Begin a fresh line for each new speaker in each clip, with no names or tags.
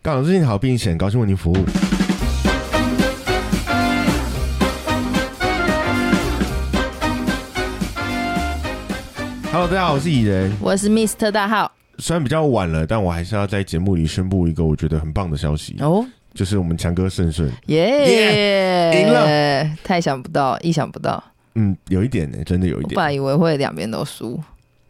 高总最近好，并且很高兴为您服务。Hello，大家好，我是蚁人。
我是 Mr 大号
虽然比较晚了，但我还是要在节目里宣布一个我觉得很棒的消息，
哦，
就是我们强哥胜顺，
耶，
赢
了，太想不到，意想不到，
嗯，有一点呢、真的有一
我
点
本。来以为会两边都输，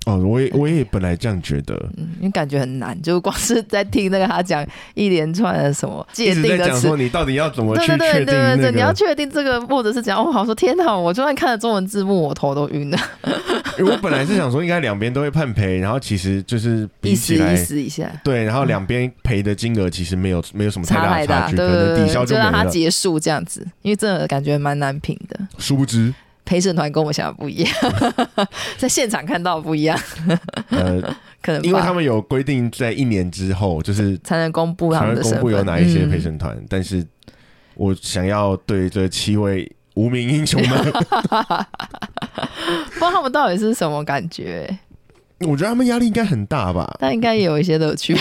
哦，我也我也本来这样觉得，
嗯，因为感觉很难，就光是在听那个他讲一连串的什么
一
界
直
定
在
的
讲
词
说。你到底要怎么
对
去确
对对对
定
对
那
对，你要
个？
确定这个，或者是讲，哦，好说天哪！我就算看了中文字幕，我头都晕了，
因为我本来是想说应该两边都会判赔，然后其实就是 比
意
起
思
来
意，思一下，
对，然后两边赔的金额其实没有没有什么太
嗯差
大的
太
差
大，
距，
对
可
对
能
对
抵消
对，就
就
让
没
它
了。
结束这样子，因为真的感觉蛮难评的。
殊不知，
陪审团跟我们想的不一样， 在现场看到的不一样，
呃，
可能
因为
吧
他们有规定，在一年之后就是
才能公布他
才会
们的
公
身
布
份。
有哪一些陪
嗯
审团，但是我想要对这七位无名英雄 们，
嗯不知道他们到底是什么感觉、
我觉得他们压力应该很大吧，
但应该也有一些乐趣吧，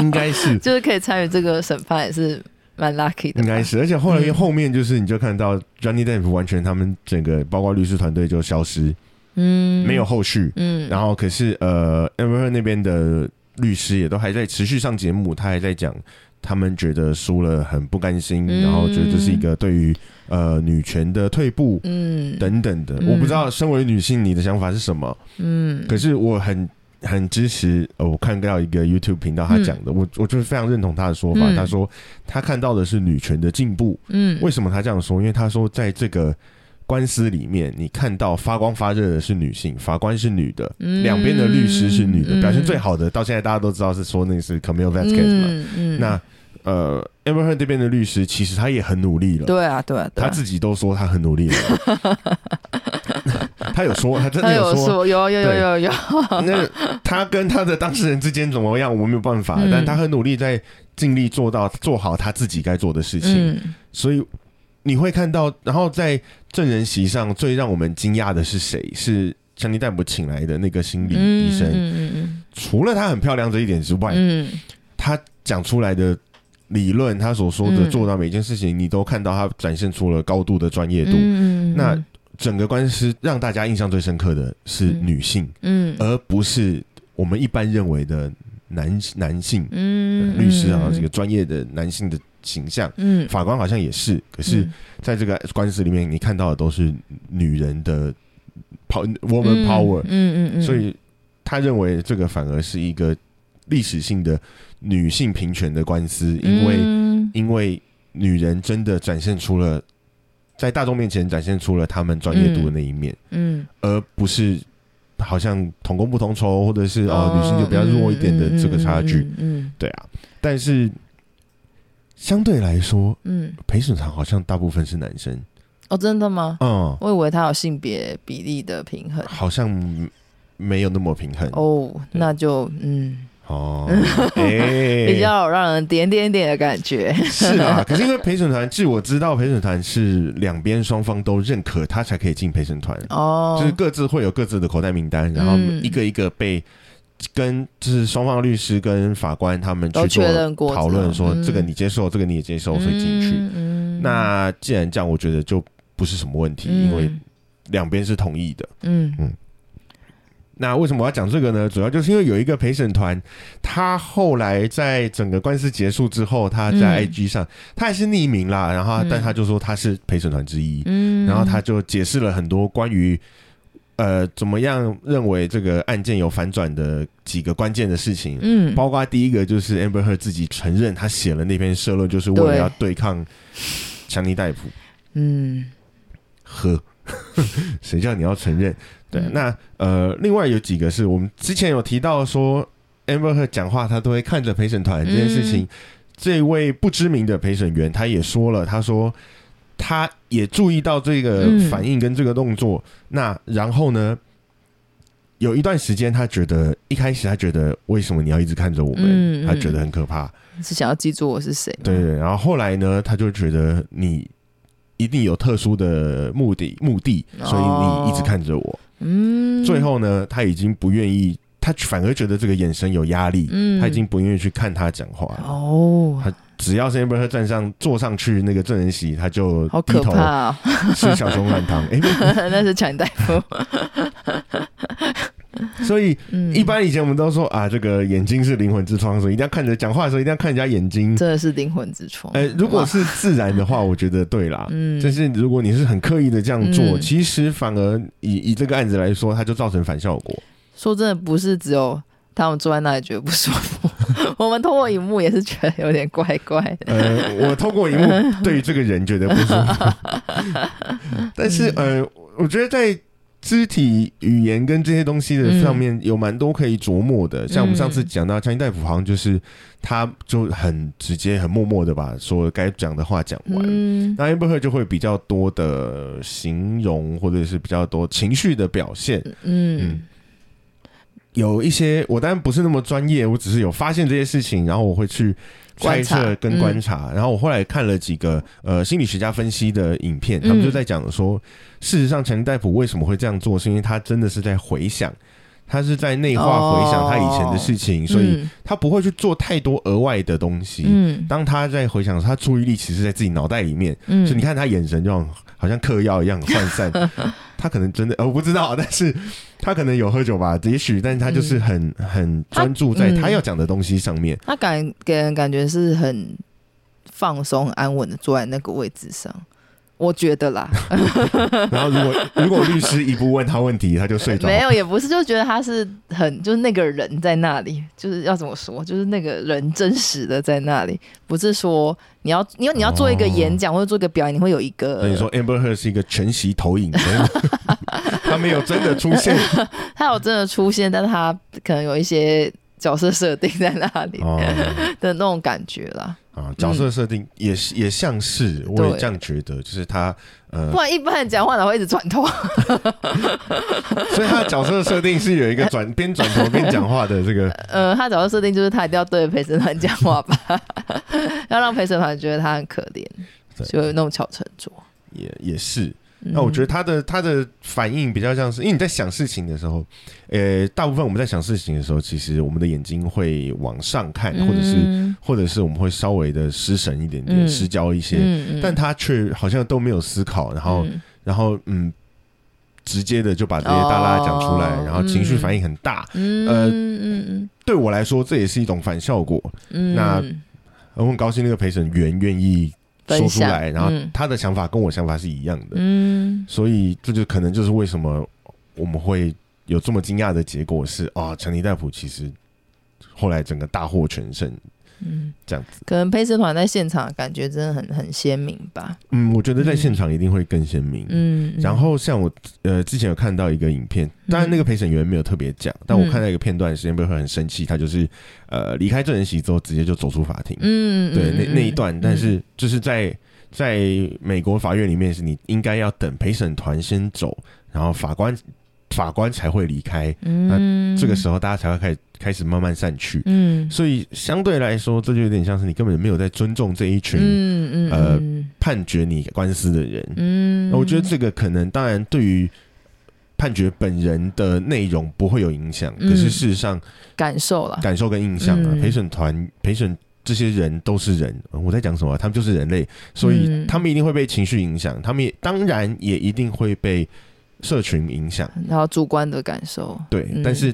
应该是。
就是可以参与这个审判也是蛮 lucky 的吧。
应该是，而且后来
嗯
后面就是你就看到 Johnny Depp 完全他们整个包括律师团队就消失，
嗯，
没有，后续。
嗯，
然后可是呃 e m b e r 那边的律师也都还在持续上节目，他还在讲他们觉得输了很不甘心，
嗯
然后觉得这是一个对于呃女权的退步
嗯
等等的。
嗯
我不知道身为女性你的想法是什么，
嗯，
可是我很。很支持，呃，我看到一个 YouTube 频道，他讲的，我我就是非常认同他的说法。
嗯
他说他看到的是女权的进步，
嗯，
为什么他这样说？因为他说，在这个官司里面，你看到发光发热的是女性，法官是女的，
嗯
两边的律师是女的，
嗯
表现最好的，到现在大家都知道是说那是 Camille Vasquez 嘛。
嗯嗯，
那呃 a m b e r Heard 这边的律师其实他也很努力了，
对啊对啊，对
他
啊
自己都说他很努力了。 他有说，他真
他
的
有
说，
说有有有
对
有有，
那他跟他的当事人之间怎么样，我没有办法，
嗯
但他很努力在尽力做到做好他自己该做的事情。
嗯
所以你会看到，然后在证人席上最让我们惊讶的是谁？是强尼戴普请来的那个心理医生。
嗯
除了她很漂亮这一点之外，
嗯嗯
她讲出来的理论，她所说的
嗯
做到每件事情，你都看到她展现出了高度的专业度。
嗯，
那整个官司让大家印象最深刻的是女性，
嗯
而不是我们一般认为的男男性、
嗯
律师好像是一个专业的男性的形象，
嗯，
法官好像也是，可是。在这个官司里面，你看到的都是女人的 power woman power，、
嗯嗯嗯，
所以他认为这个反而是一个历史性的女性平权的官司，因为、
嗯
因为女人真的展现出了在大众面前展现出了她们专业度的那一面，
嗯
而不是好像同工不同酬，或者是哦、女性就比较弱一点的这个差距，，
嗯
对啊，但是相对来说，
嗯，
陪审团好像大部分是男生，
哦，真的吗？
嗯。
我以为它有性别比例的平衡。
好像没有那么平衡哦。
哦，
对
那就嗯，
哎、
比较让人点点点的感觉。
是啊，可是因为陪审团，据我知道，陪审团是两边双方都认可，他才可以进陪审团，
哦，
就是各自会有各自的口袋名单，然后
嗯
一个一个被。跟就是双方律师跟法官他们去
都确认
做
过
讨论，
之后
说
嗯
这个你接受，这个你也接受，所以进去。
嗯
那既然这样，我觉得就不是什么问题，因为两边是同意的。
嗯
嗯那为什么我要讲这个呢？主要就是因为有一个陪审团，他后来在整个官司结束之后，他在
嗯
IG 上，他还是匿名啦，然后他、
嗯
但他就说他是陪审团之一，
嗯，
然后他就解释了很多关于呃怎么样认为这个案件有反转的几个关键的事情，
嗯
包括第一个就是 Amber Heard 自己承认他写了那篇社论，就是为了
对
要对抗强尼戴普。
嗯
喝， 谁叫你要承认？对，
嗯
那呃，另外有几个是我们之前有提到说，Amber Heard 讲话他都会看着陪审团这件事情。
嗯
这位不知名的陪审员他也说了，他说他也注意到这个
嗯
反应跟这个动作。那然后呢，有一段时间他觉得一开始他觉得为什么你要一直看着我们？
嗯嗯
他觉得很可怕。
是想要记住我是谁。
对，对，然后后来呢，他就觉得你一定有特殊的目的目的，所以你一直看着我。
哦嗯，
最后呢，他已经不愿意，他他反而觉得这个眼神有压力，
嗯
他已经不愿意去看他讲话了。
哦，
只要 Sam b e r 站上坐上去那个证人席，他就
好
低
可
头
怕哦，
吃小熊软糖。 哎、
那是强大夫。
所以
嗯，
一般以前我们都说啊，这个眼睛是灵魂之窗，所以一定要看着讲话的时候一定要看人家眼睛。
嗯真的是灵魂之窗。
呃，如果
哇
是自然的话，我觉得对啦。
嗯，
但是如果你是很刻意的这样做，
嗯
其实反而以以这个案子来说，它就造成反效果。
说真的，不是只有他们坐在那里觉得不舒服， 我们通过荧幕也是觉得有点怪怪的。
呃，我透过荧幕对于这个人觉得不舒服， 但是
嗯
呃，我觉得在肢体语言跟这些东西的上面有蛮多可以琢磨
嗯
的。像我们上次讲到江一大夫，好像就是他就很直接、很默默的把说该讲的话讲完。
嗯
那 Amber Heard 就会比较多的形容，或者是比较多情绪的表现。
嗯
有一些我当然不是那么专业，我只是有发现这些事情，然后我会去猜测跟观察。然后我后来看了几个呃心理学家分析的影片，他
嗯
们就在讲说，事实上强尼戴普为什么会这样做，是因为他真的是在回想，他是在内化回想他以前的事情，嗯所以他不会去做太多额外的东西。
嗯
当他在回想的时候，他注意力其实在自己脑袋里面，
嗯
所以你看他眼神就好好像嗑药一样涣散， 他可能真的呃我不知道，但 是他可能有喝酒吧，也许，但是他就是很、很专注在
嗯
他要讲的东西上 面。
他感给人感觉是很放松、安稳的坐在那个位置上，我觉得啦，
然后如果如果律师一不问他问题，他就睡着。
没有也不是，就觉得他是很就是那个人在那里，就是要怎么说，就是那个人真实的在那里，不是说你要因为你要做一个
哦
演讲、或者做一个表演，你会有一个
那你说 Amber Heard 是一个全息投 影，所以他没有真的出现
他有真的出现，但他可能有一些角色设定在那里
哦
的那种感觉啦。
啊，角色设定也
嗯
是也像是，我也这样觉得，就是他 呃
不，然一般人讲话哪会一直转 头？
所以他的角色设定是有一个转边转头边讲话的这 个
呃，他角色设定就是他一定要对着陪审团讲话吧， 要让陪审团觉得他很可怜，
对
就会弄巧成拙。
也也是。
嗯
那我觉得他的他的反应比较像是，因为你在想事情的时候，呃，大部分我们在想事情的时候，其实我们的眼睛会往上看，或者是
嗯
或者是我们会稍微的失神一点点，
嗯
失焦一些，
嗯嗯
但他却好像都没有思考，然后
嗯
然后嗯，直接的就把这些大拉讲出来，
哦
然后情绪反应很大。
嗯
呃
嗯嗯
对我来说，这也是一种反效果。
嗯，
那
嗯
我很高兴那个陪审员愿意说
分
出
享
来，然后
嗯
他的想法跟我想法是一样的。
嗯
所以这就可能就是为什么我们会有这么惊讶的结果是啊，陈尼戴普其实后来整个大获全胜
嗯，
这样子。
可能陪审团在现场的感觉真的很很鲜明吧。
嗯，我觉得在现场一定会更鲜明。
嗯，嗯
然后像我呃之前有看到一个影片，当然那个陪审员没有特别
嗯
讲，但我看到一个片段，时间贝会很生气，他就是呃离开证人席之后直接就走出法庭。
嗯，嗯
对，那
嗯
那一段，但
嗯
是就是在在美国法院里面，是你应该要等陪审团先走，然后法官法官才会离开。
嗯，
这个时候大家才会开始开始慢慢散去。
嗯，
所以相对来说，这就有点像是你根本没有在尊重这一群
嗯嗯
呃
嗯
判决你官司的人。
嗯，
那我觉得这个可能当然对于判决本人的内容不会有影响，
嗯
可是事实上
感受了，
感受跟印象啊，
嗯
陪审团陪审。这些人都是人，呃我在讲什么啊、他们就是人类，所以
嗯
他们一定会被情绪影响，他们也当然也一定会被社群影响。
然后主观的感受，
对，
嗯
但是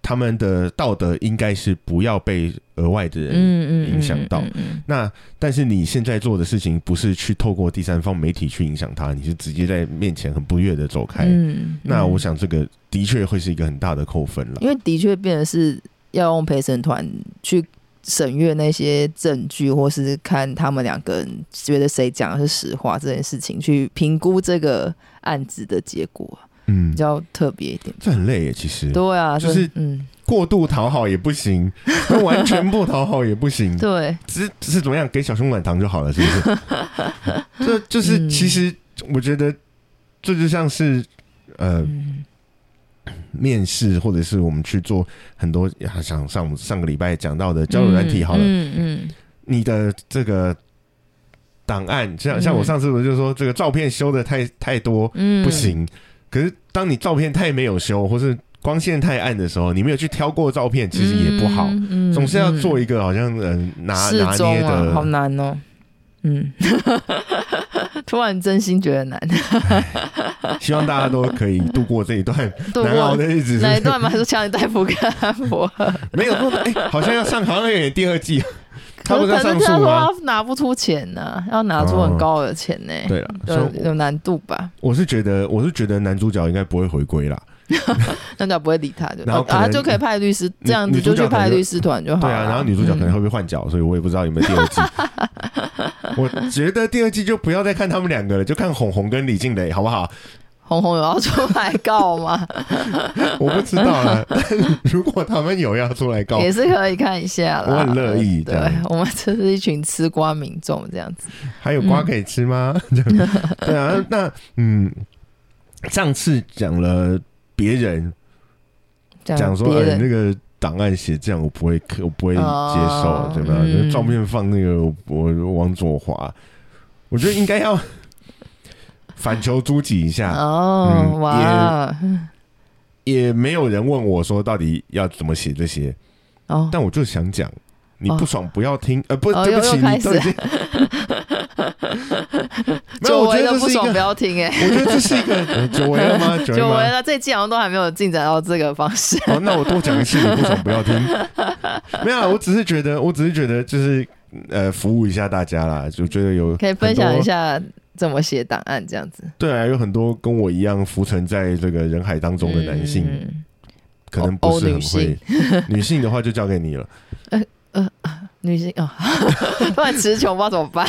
他们的道德应该是不要被额外的人。
嗯
影响到
嗯嗯
那但是你现在做的事情不是去透过第三方媒体去影响他，你是直接在面前很不悦的走开。
嗯，
那我
嗯，
想这个的确会是一个很大的扣分了。
因为的确变得是要用陪审团去。审阅那些证据，或是看他们两个人觉得谁讲的是实话这件事情，去评估这个案子的结果，
嗯
比，较特别一点。
这很累耶，其实
对啊，
就
这
是
嗯，
过度讨好也不 行，完全不讨好也不行，
对，
只只是怎么样给小熊软糖就好了，是不是？这就是
嗯
其实我觉得这就像是呃。
嗯
面试，或者是我们去做很多，啊像上我们上个礼拜讲到的交友软体好了，
嗯
你的这个档案，像像
嗯
我上次我就说这个照片修的太太多
嗯，
不行，可是当你照片太没有修，或是光线太暗的时候，你没有去挑过照片，其实也不好，
嗯，嗯
总是要做
嗯
一个好像嗯、呃拿
适
拿
中
捏
啊，好
的。
难哦。嗯， 突然真心觉得难，
希望大家都可以度过这一段
度
难熬
过
的日子。
哪一段嘛？还是强尼戴普跟安博，
没有，哎、好像要上好像有点第二 季， 啊他
可
不是
是
要
可
上
是
诉
他说
吗？
他拿不出钱呢、要拿出很高的钱呢、
对了，哦所
有
以
有难度吧？
我是觉得，我是觉得男主角应该不会回归啦。
那就不会理他，就
然后
啊
可能
他就可以派律师，这样子
女主
就
角
去
可
派
能就
律师团就好
对
了。
啊，然后女主角可能
嗯
会被换角，所以我也不知道有没有第二 季。我觉得第二季就不要再看他们两个了，就看红红跟李静蕾，好不 好？
红红有要出来告吗？
我不知道啦， 但是如果他们有要出来 告，
也嗯是可以看一下啦。
我很乐意这
对
样，
我们这是一群吃瓜民众这样子。
还有瓜可以吃吗？ 对啊，那嗯，上次讲了别人
这样
讲说，
别
呃，
人
那个档案写这样，我不会，我不会接
哦
受，对吧？
嗯
那照片放那个，我我往左滑，我觉得应该 要反求诸己一下。
哦、
嗯
哇
也没有人问我说到底要怎么写这些，
哦，
但我就想讲，你
哦
不爽不要听，呃，不，
哦
对不
又
起，
又开
你都已
始
经。 没有，
久
我觉
违
得
了
这
不
是一
爽不
个，
要听哎、
我觉得这是一 个呃久违了吗？久违
久违
吗？
了，这一季好像都还没有进展到这个方式。
好，那我多讲一次，你不爽不要 听。没有啊，我只是觉得，我只是觉得，就是呃，服务一下大家啦，就觉得有
可以分享
很
一
多
下怎么写档案这样子。
对啊，有很多跟我一样浮沉在这个人海当中的男性，
嗯
可能不是
欧欧
很
女
会
性。
女性的话就交给你了。
女性哦， 突然词穷，不知道怎么办，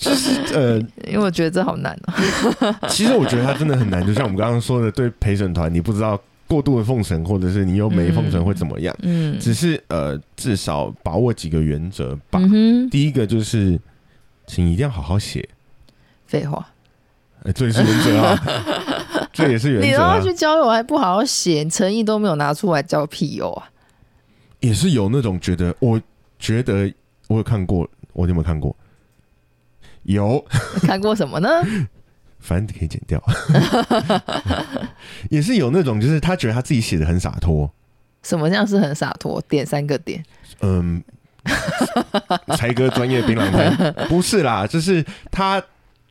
就是呃，
因为我觉得这好难哦。
其实我觉得他真的很难，就像我们刚刚说的，对陪审团，你不知道过度的奉承，或者是你又没奉承会怎么样。
嗯，
只是呃，至少把握几个原则吧。
嗯哼，
第一个就是，请一定要好好写，
废话，
呃，这也是原则啊，这也是
你
原则
让
啊
他，去交友还不好好写，诚意都没有拿出来交屁友啊？
也是有那种觉得，我觉得我有看过，我有没有看过？有，
看过什么呢？
反正可以剪掉。 也是有那种，就是他觉得他自己写的很洒脱，
什么样是很洒脱？点三个点，
嗯，才哥专业槟榔摊不是啦，就是他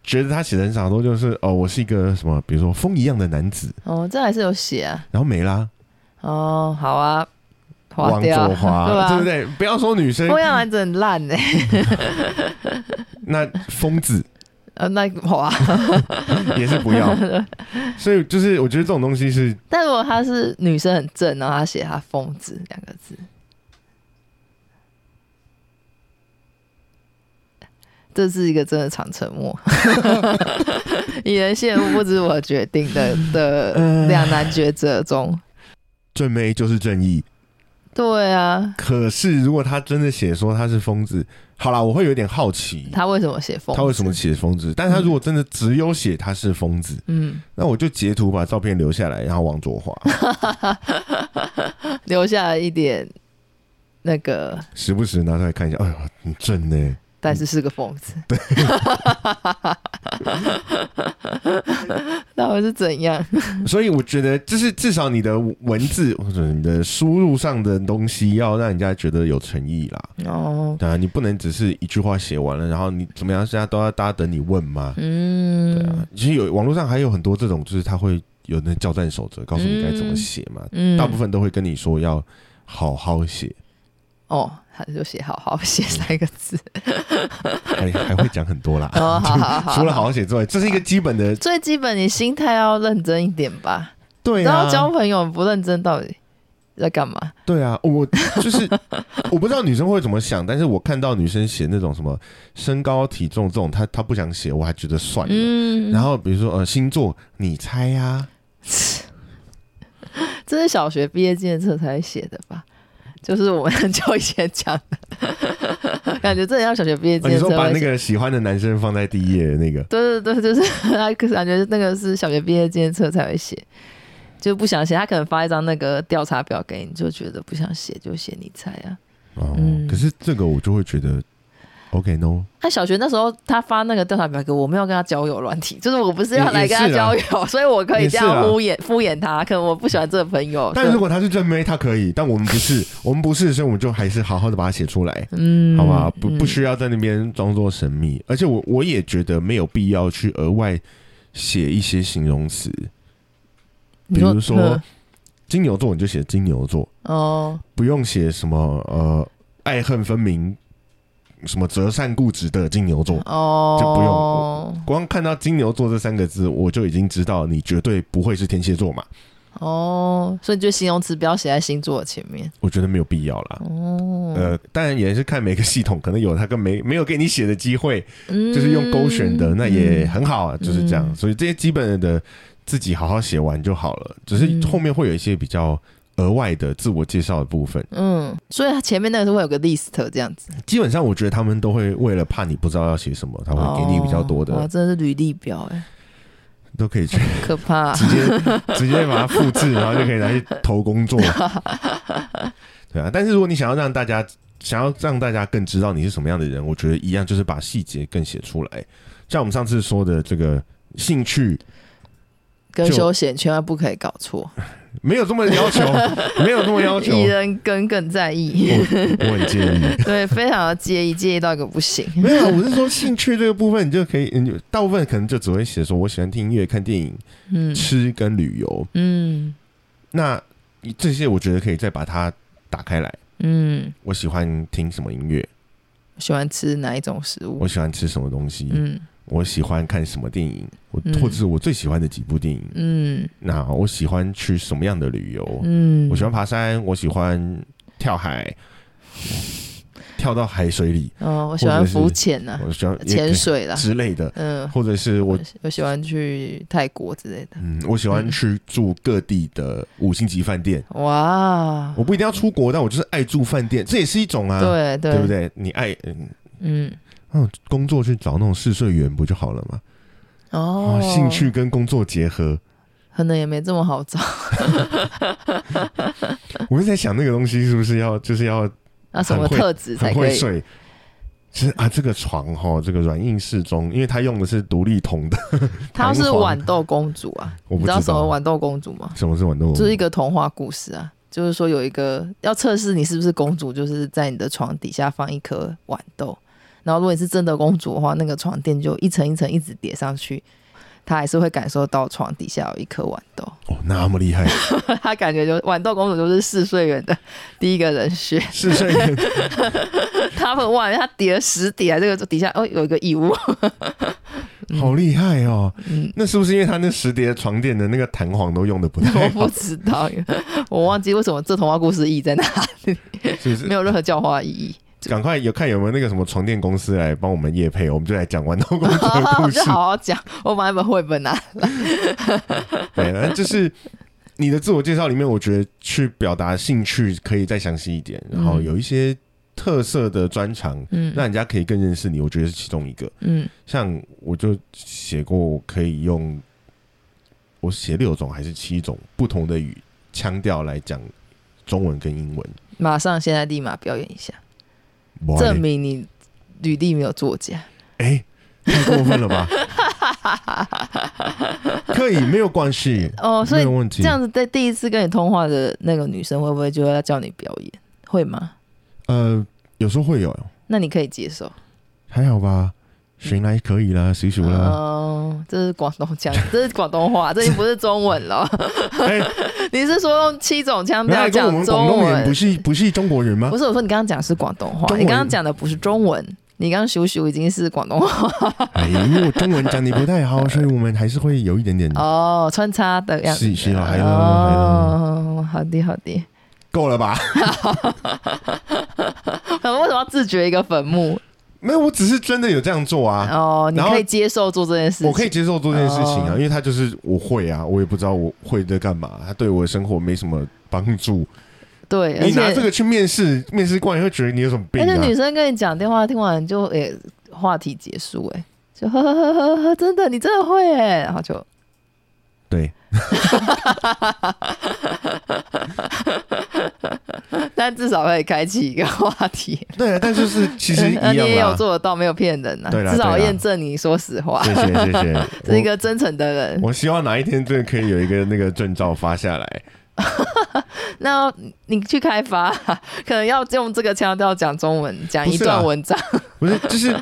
觉得他写的很洒脱，就是哦，我是一个什么，比如说风一样的男子，
哦，这还是有写啊。
然后没啦，
哦，好啊，划
往
掉，
左滑，
对啊
不
吧？
对？不要说女生，
欧阳兰子很烂哎、
那疯子
呃，那划。
也是不要，所以就是我觉得这种东西是
但如果她是女生很正，然后她写她疯子两个字，这是一个真的长沉默， 引人羡慕，不知我决定的 的两难抉择中。
正妹就是正义，
对啊，
可是如果他真的写说他是疯子，好啦，我会有点好奇，
她为什么写疯？
他为什么？写疯子？但他如果真的只有写他是疯子，
嗯，
那我就截图把照片留下来，然后往左 滑，
留下了一点那个，
时不时拿出来看一下。哎呦，很正呢。
但是是个疯子。 对，到底是怎样？
所以我觉得，就是至少你的文字或者你的输入上的东西，要让人家觉得有诚意啦。
哦，
对啊，你不能只是一句话写完了，然后你怎么样，现在都要大家等你问嘛。
嗯，
对啊，其实有网络上还有很多这种，就是他会有那教战守则，告诉你该怎么写嘛。
嗯，
大部分都会跟你说要好好 写，
哦，他就写好好写三个字，
还还会讲很多啦。
哦，好好好，
除了好好写之外，这是一个基本的，
最基本，你心态要认真一点吧。
对
然
啊
后，交朋友不认真，到底在干嘛？
对啊，我就是我不知道女生会怎么想，但是我看到女生写那种什么身高体重这种，她她不想写，我还觉得算了。
嗯，
啊然后比如说呃星座，你猜啊，
这是小学毕业纪念册才写的吧？就是我们 很久以前讲 的，感觉这像小学毕业纪
呃你
念
说
册
把
会
那
写。
个喜欢的男生放在第一页的那个，
对对对，就是 他感觉那个是小学毕业纪念册才会写，就不想写。他可能发一张那个调查表给你，就觉得不想写，就写你猜啊。
哦，
嗯
可是这个我就会觉得 OK No，
他小学那时候他发那个调查表格，我没有跟他交友软体，就是我不是要
也
来跟他
也是啊啦
交友，所以我可以
也
这
是
样
啦
敷衍敷衍他，可能我不喜欢这个朋友。
但
就
如果他是正妹，他可以，但我们不 是，我们不是，所以我们就还是好好的把它写出来，
嗯，
好吧？不不
要。
需要在那边装作神秘，而且我我也觉得没有必要去额外写一些形容词，
你
比如说
嗯
金牛座你就写金牛座，
哦，
不用写什么呃爱恨分明、什么折善固执的金牛座。
哦，
就不用光看到金牛座这三个字，我就已经知道你绝对不会是天蝎座嘛。
哦，所以就形容词不要写在星座的前面
我觉得没有必要啦。
哦。
呃，当然也是看每个系统，可能有他跟没没有给你写的机会，
嗯
就是用勾选的，那也很好啊，就是这样。
嗯
所以这些基本的自己好好写完就好了，只是
嗯
后面会有一些比较额外的自我介绍的部分。
嗯，所以它前面那个是会有个 list 这样子，
基本上我觉得他们都会为了怕你不知道要写什么，他会哦给你比较多的，
哦哇，真的是履历表哎，
都可以 去
可怕
直接直接把它复制，然后就可以拿去投工 作。对啊，但是如果你想要让大家想要让大家更知道你是什么样的人，我觉得一样就是把细节更写出来。像我们上次说的这个兴趣，
跟
就
休闲千万不可以搞错，
没有这么要 求，没有这么要求，
艺人更更 在意，
我我很介 意。
对，非常的介意，介意到一个 不行。
没有，我是说兴趣这个部分，你就可以，你就大部分可能就只会写说我喜欢听音乐、看电影、
嗯
吃跟旅游。
嗯
那这些我觉得可以再把它打开来。
嗯，
我喜欢听什么音乐，
喜欢吃哪一种食物
我？喜欢吃什么东西，
嗯
我喜欢看什么电影，我、
嗯
或者是我最喜欢的几部电影。
嗯
那我喜欢去什么样的旅游？
嗯，
我喜欢爬山，我喜欢跳海，跳到海水里，
哦，我喜欢
或者是
浮潜呐，
我喜欢
潜水啦，
之类的，
嗯，
或者是我
我我喜欢去泰国之类的。
嗯，我喜欢去住各地的五星级饭
嗯
店。
哇，
我不一定要出国，但我就是爱住饭店，这也是一种啊，
对对
不？对？你爱嗯
嗯，
嗯，工作去找那种试睡员不就好了吗？
哦
啊，兴趣跟工作结合，
可能也没这么好找
我是在想那个东西是不是要就是要
那什么
很会
特质才
很
可
会
以？
睡。其实啊，这个床哈，这个软硬适中，因为它用的是独立筒的。
她是
弹簧
豌豆公主啊，
我
你
不
知
知
道
道嗯
什么豌豆公主吗？
什么是豌豆？
就是一个童话故事啊，就是说有一个要测试你是不是公主，就是在你的床底下放一颗豌豆，然后如果你是真的公主的话，那个床垫就一层一层一直叠上去，她还是会感受到床底下有一颗豌豆，
哦，那么厉害，
她感觉就豌豆公主就是试睡员的 第一个人选，
试睡员
她们哇，她叠了十叠，这个底下哦有一个义乌，
好厉害哦！
嗯
那是不是因为他那十叠床垫的那个弹簧都用的不太
我
好
不？知道，我忘记为什么这童话故事意义在哪，
是不是
没？有任何教化意义。
赶快有看有没有那个什么床垫公司来帮我们夜配，我们就来讲豌豆公主
好
的
好，我
故
就
事。
好好讲，我把那本绘本拿
对，那就是你的自我介绍里面，我觉得去表达兴趣可以再详细一点，然后
嗯
有一些特色的专长，
嗯
让人家可以更认识你，我觉得是其中一个。
嗯
像我就写过，我可以用我写六种还是七种不同的语腔调来讲中文跟英文，，
马上现在立马表演一下，
哇
证明你履历没有作假。
哎、太过分了 吧？可以，没有关系，
哦，所
没
以
有问题。
这样子，在第一次跟你通话的那个女生，会不会就要叫你表演？会吗？
呃，有时候会有，
那你可以接受。
还好吧？寻来可以啦，习俗啦。
哦，这是广东腔，这是广东话，这已经不是中文了。
哎、
你是说用七种腔
原
调
来跟我
讲
们广
中
东人
文
不？是不是中国人吗
不？是，我说你刚刚讲的是广东话，
中文
你刚刚讲的不是中文，你刚刚咻咻已经是广东话
哎，因为我中文讲的不太 好，所以我们还是会有一点点。
哦，穿插的样子。
嗯是是啦，还有还有，
哦，好的好的。
够了吧？
可能为什么要自掘一个坟墓？
没有，我只是真的有这样做啊。
哦，你
然后
可以接受做这件事情，
我可以接受做这件事情啊，
哦
因为他就是我会啊，我也不知道我会在干嘛，他对我的生活没什么帮助。
对，而
你拿
且
这个去面试，面试官也会觉得你有什么病
而且
啊？
女生跟你讲电话，听完就诶、话题结束诶、就呵呵呵呵呵，真的你真的会诶、然后就
对，
但至少可以开启一个话题。
对啊，但就是其实一 样
那呃你也有
啦。
做得到，没有骗人啊，
对啦
至少
对啦
验证你说实话，，
谢谢谢谢
是一个真诚的人。
我。我希望哪一天真的可以有一个那个证照发下来。
那你去开发， 可能要用这个腔调讲中文，讲
不
一
是啦啊
段文章。
不是，就是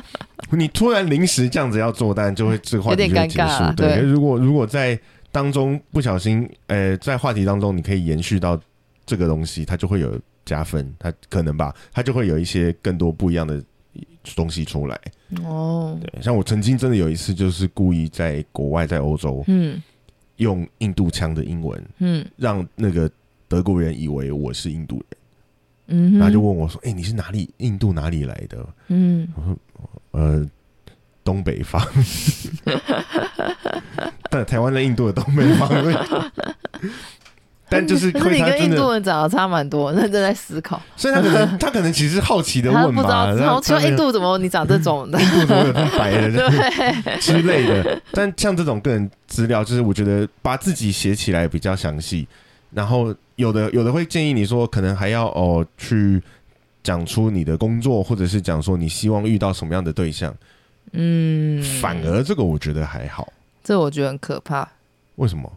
你突然临时这样子要做，当然就会这个话题
有
就
点
会
尴
结
尬啊
束。对，
对
可是如果如果在当中不小心，呃，在话题当中你可以延续到这个东西，它就会有加分，它可能吧，它就会有一些更多不一样的东西出来。
哦，
对，像我曾经真的有一次，就是故意在国外，在欧洲
嗯
用印度腔的英文，
嗯
让那个德国人以为我是印度人，
嗯哼，
然后就问我说：“哎、你是哪里？印度哪里来的？”
嗯
呃，东北 方，但台湾在印度的东北方， 但就是
可是
会
你
他
跟
真
印度
的，
人长得差蛮多，认真在思考，
所以他可能他可能其实好奇的
他
问
不知
嘛，
道，然后
他
说
他
印
那个
度怎么你长这种 的？
印度怎么有这么白的人
对，
之类的， 但像这种个人资料，就是我觉得把自己写起来比较详细，然后有的有的会建议你说，可能还要哦去讲出你的工作，或者是讲说你希望遇到什么样的对象，
嗯，
反而这个我觉得还好，
这我觉得很可怕。
为什么？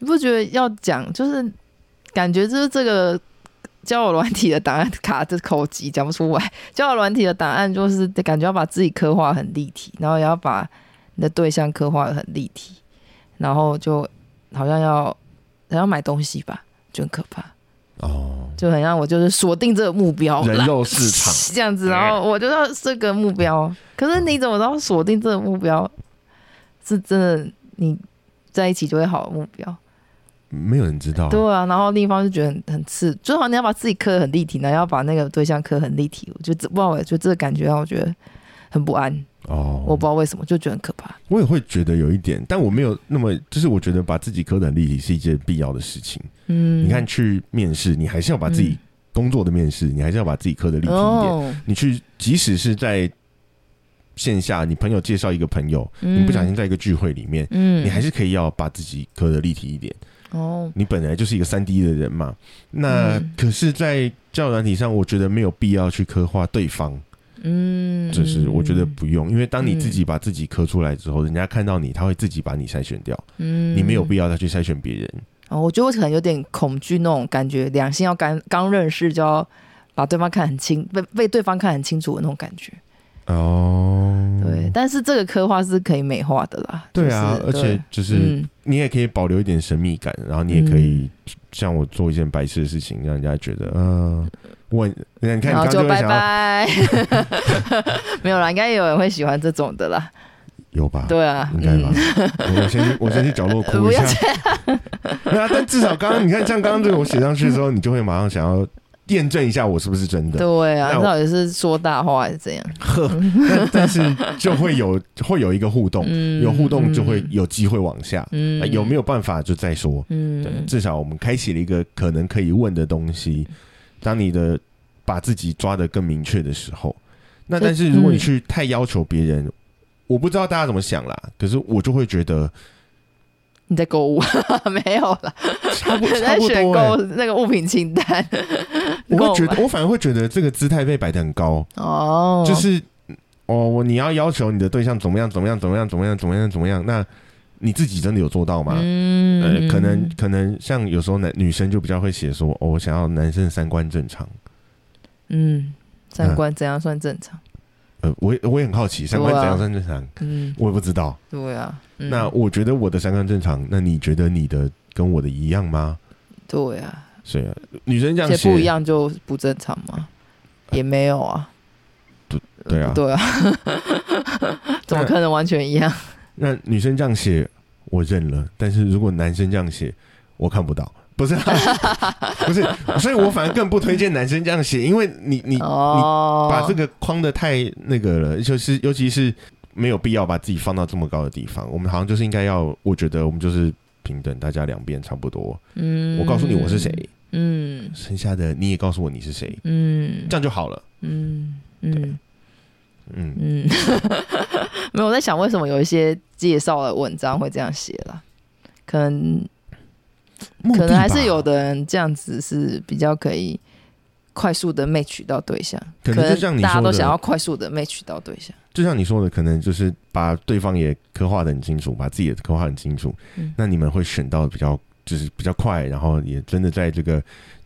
你不觉得要讲就是感觉就是这个交友软体的档案卡这口急讲不出来，交友软体的档案就是感觉要把自己刻画很立体，然后也要把你的对象刻画得很立体，然后就好像要好像要买东西吧，就很可怕，
哦，
就很像我就是锁定这个目标，
人肉市 场
这样子，然后我就要这个目标。可是你怎么知道锁定这个目标是真的？你在一起就会好的目标？
没有人知道。
对啊，然后另一方就觉得很很刺，就好像你要把自己磕得很立体，然后要把那个对象磕很立体，我就不知道，我就这个感觉让我觉得很不安，
哦，
我
我
不知道为什么，就觉得很可怕。
我也会觉得有一点，但我没有那么，就是我觉得把自己刻得很立体是一件必要的事情。
嗯，
你看，去面试，你还是要把自己工作的面试，你还是要把自己刻得立体一点。
哦，
你去，即使是在线下，你朋友介绍一个朋友，
你
你不小，心在一个聚会里面，
嗯，
你还是可以要把自己刻得立体一点。
哦，
你本来就是一个三 D 的人嘛，那
嗯
可是，在教友软体上，我觉得没有必要去刻画对方。
嗯，
就是我觉得不用，因为当你
嗯
自己把自己刻出来之后，人家看到你，他会自己把你筛选掉，
嗯，
你没有
必。
必要再去筛选别人。
哦，我觉得我可能有点恐惧那种感觉，两性要刚刚认识就要把对方看很清，被被对方看很清楚的那种感觉。嗯
哦，
对，但是这个刻画是可以美化的啦。
对啊，
就
而
是
且就是
嗯
你也可以保留一点神秘感，然后你也可以像我做一件白痴的事情，让人家觉得，嗯，我很，你看你
然
刚
后
刚就会
拜
想要
拜， 没有啦，应该有人会喜欢这种的啦。
有吧？
对啊，
应该吧
嗯，
我我先去，我先去角落
呃
哭
不
一
要
下。 对啊，但至少刚刚你看，像刚刚这个我写上去之后，你就会马上想要验证一下我是不是真的。
对啊，
那我
到底是说大话还是怎样？
呵，但但是就会有会有一个互动，
嗯
有互动就会有机会往下，
嗯
呃有没
有？
有办法就再说。对，
嗯，
至少我们开启了一个可能可以问的东西。当你的把自己抓得更明确的时候，那
所以
但是如果
嗯
你去太要求别人，我不知道大家怎么想啦，可是我就会觉得
你在购物 没有啦？
差 不差
在
不
选
多、
购
欸，
那个物品清单。
我
购
会觉
买
得我反而会觉得这个姿态被摆得很高，
哦，
就是哦，我你要要求你的对象怎么样怎么样怎么样怎么样怎么样怎么样，那你自己真的有做到吗？
嗯
呃，可能可能像有时候男女生就比较会写说，哦，我想要男生三观正常。
嗯，三观怎样算正常？
呃，我也我也很好奇，三观
对啊
怎样算正常？
嗯，
我也不知道。
对啊，嗯
那我觉得我的三观正常，那你觉得你的跟我的一样吗？
对啊，
所以呃女生这
而
样
且
写
不一，样就不正常嘛，也没有啊，
对啊。
对啊， 怎么可能完全一样？
那女生这样写，我认了。但是如果男生这样写，我看不到。不是、啊， 不是，所以我反而更不推荐男生这样写，因为你你
哦，
把这个框的太那个了，就是尤其是没有必要把自己放到这么高的地方。我们好像就是应该要，我觉得我们就是平等，大家两边差不多。
嗯
我告诉你我是谁，，
嗯
剩下的你也告诉我你是谁，
嗯
这样就好了。
嗯嗯
嗯，
嗯， 没有我在想为什么有一些介绍的文章会这样写啦，可能
目的
可
吧
能还是有。的人这样子是比较可以快速的 match 到对象，
可能就像你
大家
说
都
的
想要快速的 match 到对象。
就像你说的，可能就是把对方也刻画的很清楚，把自己也刻画得很清楚。
嗯
那你们会选到比较就是比较快，然后也真的在这个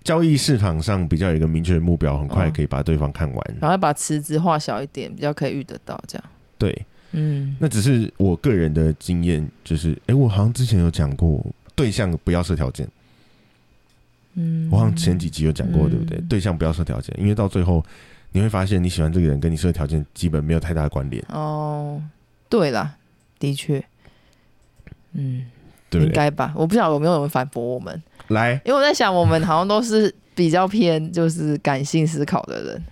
交易市场上比较有一个明确的目标，很快
嗯
可以把对方看完。
然后把池子画小一点，比较可以遇得到这样。
对，
嗯，
那只是我个人的经验，就是诶，我好像之前有讲过，对象不要设条件。
嗯
我好像前几集有讲过，对不对？
嗯
对象不要设条件，因为到最后你会发现，你喜欢这个人跟你设的条件基本没有太大的关联，
哦，对啦，的确，嗯，
对不
应
对？
该吧。我不晓得有没有人反驳我们，
来，
因为我在想，我们好像都是比较偏就是感性思考的人。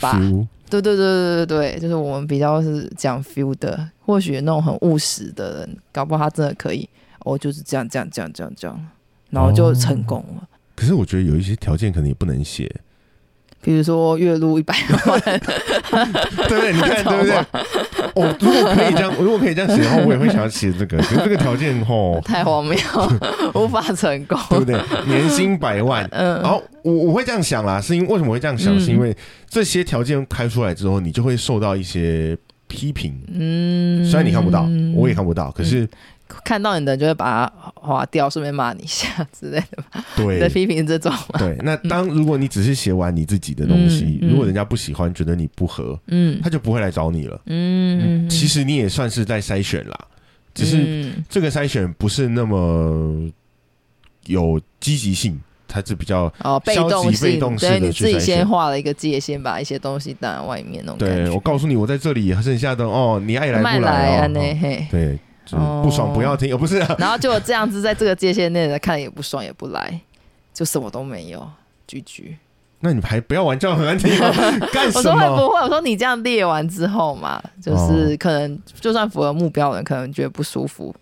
吧
feel
对对对对对对，就是我们比较是讲 feel 的，或许那种很务实的人，搞不好他真的可以，哦，就是这样这样这样这样这样，然后就成功了。
可是我觉得有一些条件可能也不能写，
比如说月入一百万，
对不对？你 看对不对？
啊
哦，如果可以这样，如果可以这样写的话，我也会想要写这个。可是这个条件 哦，
太荒谬，无法成功。
对不对？年薪百万。
嗯
然后我我会这样想啦，是因为为什么会这样想？
嗯
是因为这些条件开出来之后，你就会受到一些批评。
嗯，
虽然你看不到，我也看不到，可是
看到你的就会把它划掉，顺便骂你一下之类的。
对
你的批评是这种吗？
对，那当如果你只是写完你自己的东西，
嗯嗯嗯
如果人家不喜欢，觉得你不合，
嗯
他就不会来找你了。
嗯，
其实你也算是在筛选啦，只是
嗯
这个筛选不是那么有积极性，它是比较
哦，被
消极
动性，
被动式
对，
的
你
去
自己
筛
先
选
画了一个界限，把一些东西挡在外面那种感
对
觉。
我告诉你，我在这里，剩下的哦，你爱来
慢
不
来
来
啊，
哦
那
哦，
嘿。
对，就是
哦
不爽不要听，哦，不是 啊，
然后就这样子，在这个界限内的看也不爽也不来，就什么都没有，居居。
那你还不要玩这种很难听吗， 干
我
什
说会
么？
不会？我说你这样列完之后嘛，就是可
哦
能就算符合目标的人，可能觉得不舒服，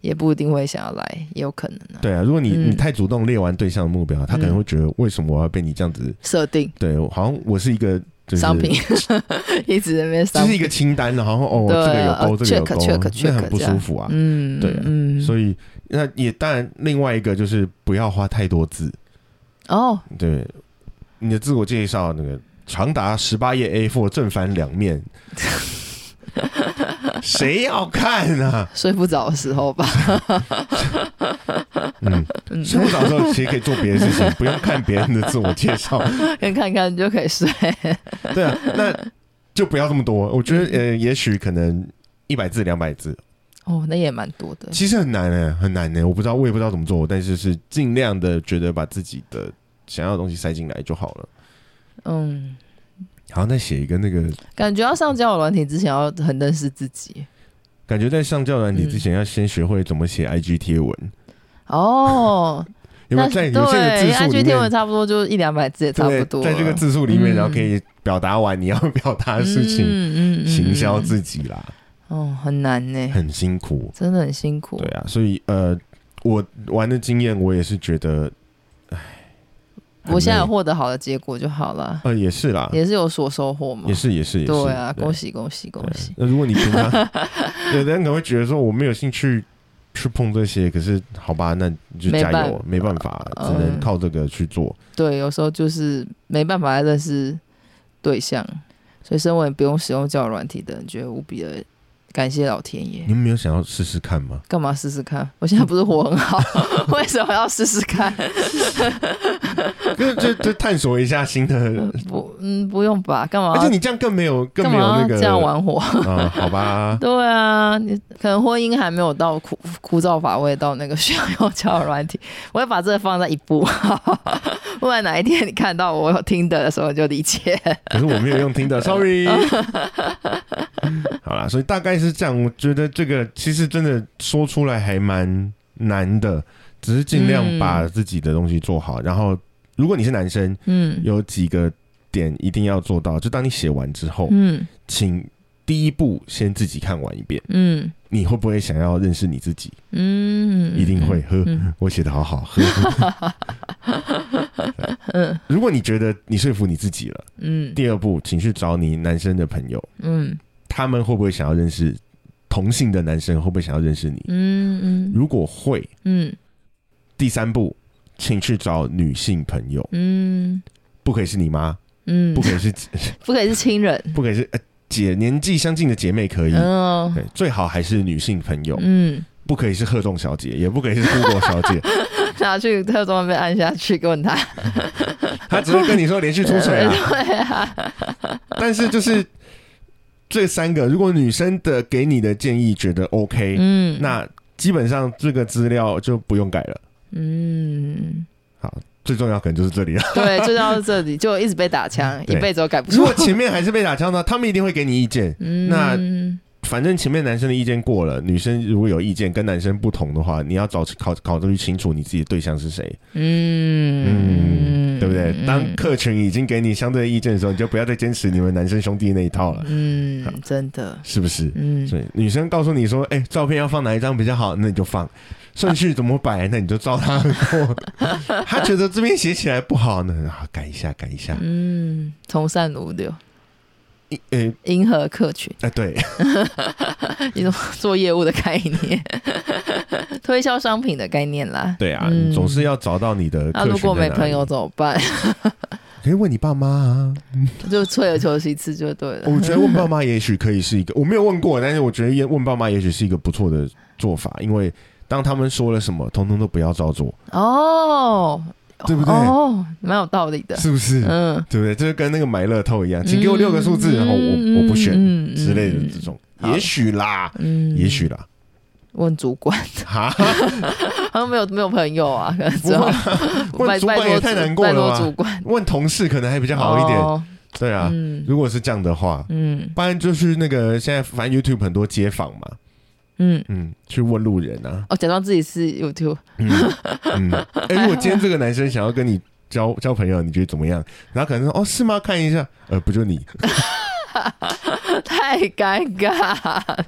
也不一定会想要来，也有可能啊。
对啊，如果你
嗯
你太主动列完对象的目标，他可能会觉得为什么我要被你这样子？
设定
对，我好像我是一个就是
商品， 一直在那边
这
商
是一
品，
个清单，然后哦，
对
这个有勾，这
呃
个有勾
check，check，check，
那很不舒服啊。
嗯，
对啊
嗯，
所以那也当然，另外一个就是不要花太多字，
哦，
对，你的自我介绍那个长达十八页 A4 正反两面，谁要看啊？
睡不着的时候吧，
嗯，
嗯，
睡不着的时候其实可以做别的事情，不用看别人的自我介绍。
先看看就可以睡，
对啊，那就不要这么多。我觉得呃，也许可能一百字、两百字，
哦，那也蛮多的，
其实很难呢、啊很难欸呢、我不知道，我也不知道怎么做，但是是尽量的觉得把自己的想要的东西塞进来就好了。
嗯，
好像在写一个那个，
感觉要上交友软体之前要很认识自己，
感觉在上教软
嗯
体之前要先学会怎么写 IG 贴文，
哦，
有没有
那
在
对
有些的字数里
，IG 天文
面，
差不多就一两百字也差不
对，
多，
在这个字数里面，
嗯
然后可以表达完你要表达的事情，
嗯
行销，自己啦，
哦，很难呢，
很辛苦。
真的很辛苦
对，啊，所以呃，我玩的经验，我也是觉得，唉，
我现在有
很累
获得好的结果就好了，
呃也是啦，
也是有所收获嘛
也，是也是也是，
对啊，恭喜恭喜恭
对
喜，
那如果你平 常有的人可能会觉得说我没有兴趣去碰这些，可是好吧，那你就
没
加
办
油，没办法，
嗯
只能靠这个去做。
对，有时候就是没办法认识对象，所以身为不用使用交友软体的人，觉得无比的感谢老天爷
你。们没有想要试试看吗？
干嘛试试看？我现在不是活很好， 为什么要试试 看？
就 就就探索一下新 的，
不，嗯，不用吧？干嘛
而
要？
且你这样更没有更
干
没
嘛
有
要
那个
这样玩火？。
啊，好吧
对啊，你可能婚姻还没有到枯枯燥乏味到那个需要用交友软体，我会把这个放在一步， 不然哪一天你看到我有听的时候你就理解。
可是我没有用听 的，sorry。好啦，
嗯
所以大概是这样。我觉得这个其实真的说出来还蛮难的，只是尽量把自己的东西做好。然后，如果你是男生，
嗯
有几个点一定要做到，就当你写完之后，
嗯
请第一步先自己看完一遍，
嗯
你会不会想要认识你自己？
嗯，
一定会，呵，
嗯
我写的好好，呵。 对如果你觉得你说服你自己了，
嗯
第二步，请去找你男生的朋友，
嗯
他们会不会想要认识同性的男生？会不会想要认识你？
嗯嗯
如果会，
嗯
第三步，请去找女性朋友，
嗯
不不可以是你妈，
嗯
不，可以 是、
不可以是亲人，
不可以是、呃、姐年纪相近的姐妹可以，
嗯
对，最好还是女性朋友，
嗯，
不可以是贺栋小姐，也不可以是姑果小 姐，
拿去特种被按下去，问他，
她只会跟你说连续
嗯
出水啊。
对啊，
但是就是这三个，如果女生的给你的建议觉得 OK，、
嗯，
那基本上这个资料就不用改了。
嗯，
最重要可能就是这里了。
对，就到这里，就一直被打枪，一
对
辈子都改不
如
出
果。前面还是被打枪呢，他们一定会给你意见。
嗯，
那反正前面男生的意见过了，女生如果有意见跟男生不同的话，你要找考考虑清楚你自己的对象是谁，
嗯，
对不对？
嗯
当客群已经给你相对的意见的时候，你就不要再坚持你们男生兄弟那一套了，好
嗯，真的，
是不是？
嗯，
所以女生告诉你说：“哎、照片要放哪一张比较好？”那你就放， 顺序怎么摆？那你就照她的过。 她觉得这边写起来不好呢，啊，改一下，改一下。
嗯，从善如流，嗯
一诶，哎、
迎合客群，
对，
一种做业务的概念，推销商品的概念啦。
对啊，
嗯
你总是要找到你的
那
客群
如果
在
没
哪
朋
里
友，怎么办？
可以问你爸妈啊。
就退而求其次就对了。
我觉得问爸妈也许可以是一个，我没有问过，但是我觉得问爸妈也许是一个不错的做法，因为当他们说了什么，通通都不要照做，
哦，
对不对
哦，蛮有道理的。
是不是？
嗯，
对不对？就是跟那个买乐透一样，请给我六个数字，
嗯
然后我我不选
嗯嗯
之类的这种，
好
也许啦，
嗯
也许啦，
问主管，
哈，
好像没有没有朋友啊，可能
不会
之后
问
拜
主管
拜
也
托
太
主
难过
拜
了
托
吧
主管
问同事可能还比较好一点，
哦
对啊，
嗯
如果是这样的话，
嗯
不然就是那个现在反正 YouTube 很多街访嘛，
嗯，
嗯，去问路人啊，
哦，假装自己是 YouTube，
嗯， 嗯，哎、如果今天这个男生想要跟你交交朋友，你觉得怎么样？然后可能说，哦，是吗？看一下，呃，不就 你，
太尴尬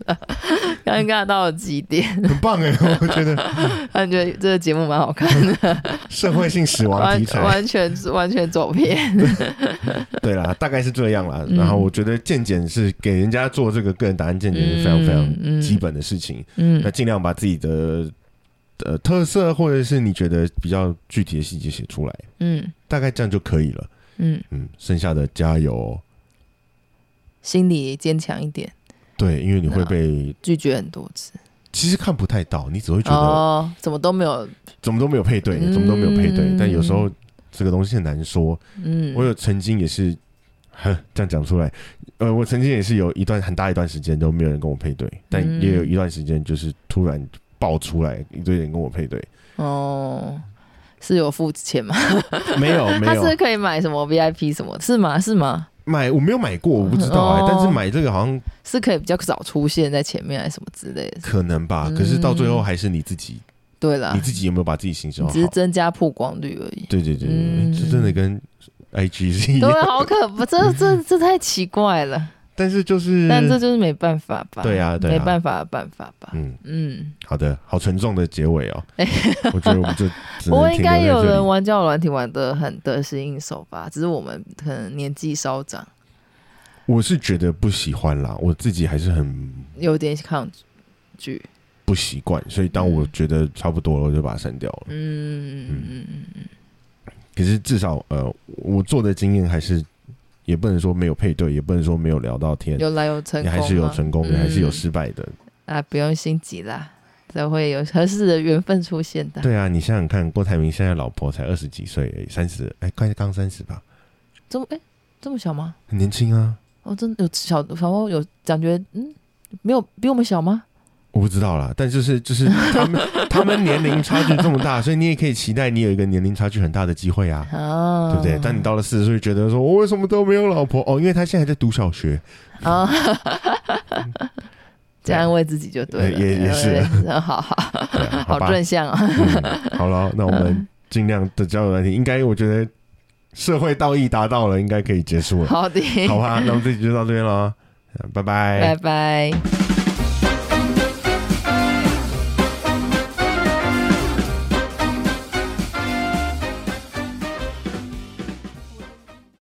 了， 尴尬到了极点。
很棒哎，我觉得
感觉得这个节目蛮好看的，
社会性死亡
完
题材，
完全完全走 偏。
对啦，大概是这样啦。
嗯
然后我觉得鉴检是给人家做这个个人答案鉴检嗯是非常非常基本的事情，
嗯
那尽量把自己的呃特色或者是你觉得比较具体的细节写出来，
嗯
大概这样就可以了。
嗯，
嗯，剩下的加油哦、
心理坚强一点，
对，因为你
嗯
会被
拒绝很多次。
其实看不太到，你只会觉得。
哦，怎么都没有，
怎么都没有配对，
嗯
怎么都没有配对。但有时候这个东西很难说。
嗯，
我有曾经也是，呵，这样讲出来，呃，我曾经也是有一段很大一段时间都没有人跟我配对，但
嗯
也有一段时间就是突然爆出来一堆人跟我配 对，
哦，是有付钱吗？
没有没
他是
有
可以买什么 VIP 什么？是吗？是吗？
买，我没有买过，我不知道哎、
哦
但是买这个好像
是可以比较早出现在前面还啊是什么之类的？
可能吧，
嗯啊
可是到最后还是你自己，
对啦
你，自己有没有把自己行销好
只？是增加曝光率而已。
对对对对，
嗯
这真的跟 IG 是一
对啊
样，，
好可不，这这这太奇怪了。
但是就是
但这就是没办法吧？
嗯对啊对啊
没办法的办法吧？
嗯。
嗯，
好的，好沉重的结尾 哦。我觉得我们就只
不过
能
应
停留在
该有
这
人
里。
玩交友软体玩的很得心应手吧？只是我们可能年纪稍长，
我是觉得不喜欢啦，我自己还是很
有点抗拒。
不习惯，所以当我觉得差不多了，我就把它删掉了。
嗯嗯嗯嗯嗯
可是至少呃，我做的经验还是，也不能说没有配对，也不能说没有聊到天
嗯，，有来有成
也
功吗，
还是有成功的，也还是有
嗯
失败的。
啊，不用心急啦，都会有合适的缘分出现的。
对啊，你想想看，郭台铭现在老婆才二十几岁，三十，哎，快刚三十吧，
这么哎、这么小吗？
很年轻啊。
哦，真的有小，然后有感觉，嗯，没有比我们小吗？
我不知道啦，但就是就是他们 他们年龄差距这么大，所以你也可以期待你有一个年龄差距很大的机会啊。
啊，
对不对？ 当你到了四十岁，觉得说哦我为什么都没有老婆？哦，因为他现在还在读小 学。
啊，这样安慰自己就对了，
也也是
嗯，好好
对啊、
好
吧，
正向啊，
嗯好了，那我们尽量的交友问题，应该我觉得社会道义达到了，应该可以结束了，
好的，
啊好吧？那我们这集就到这边了，拜
拜拜。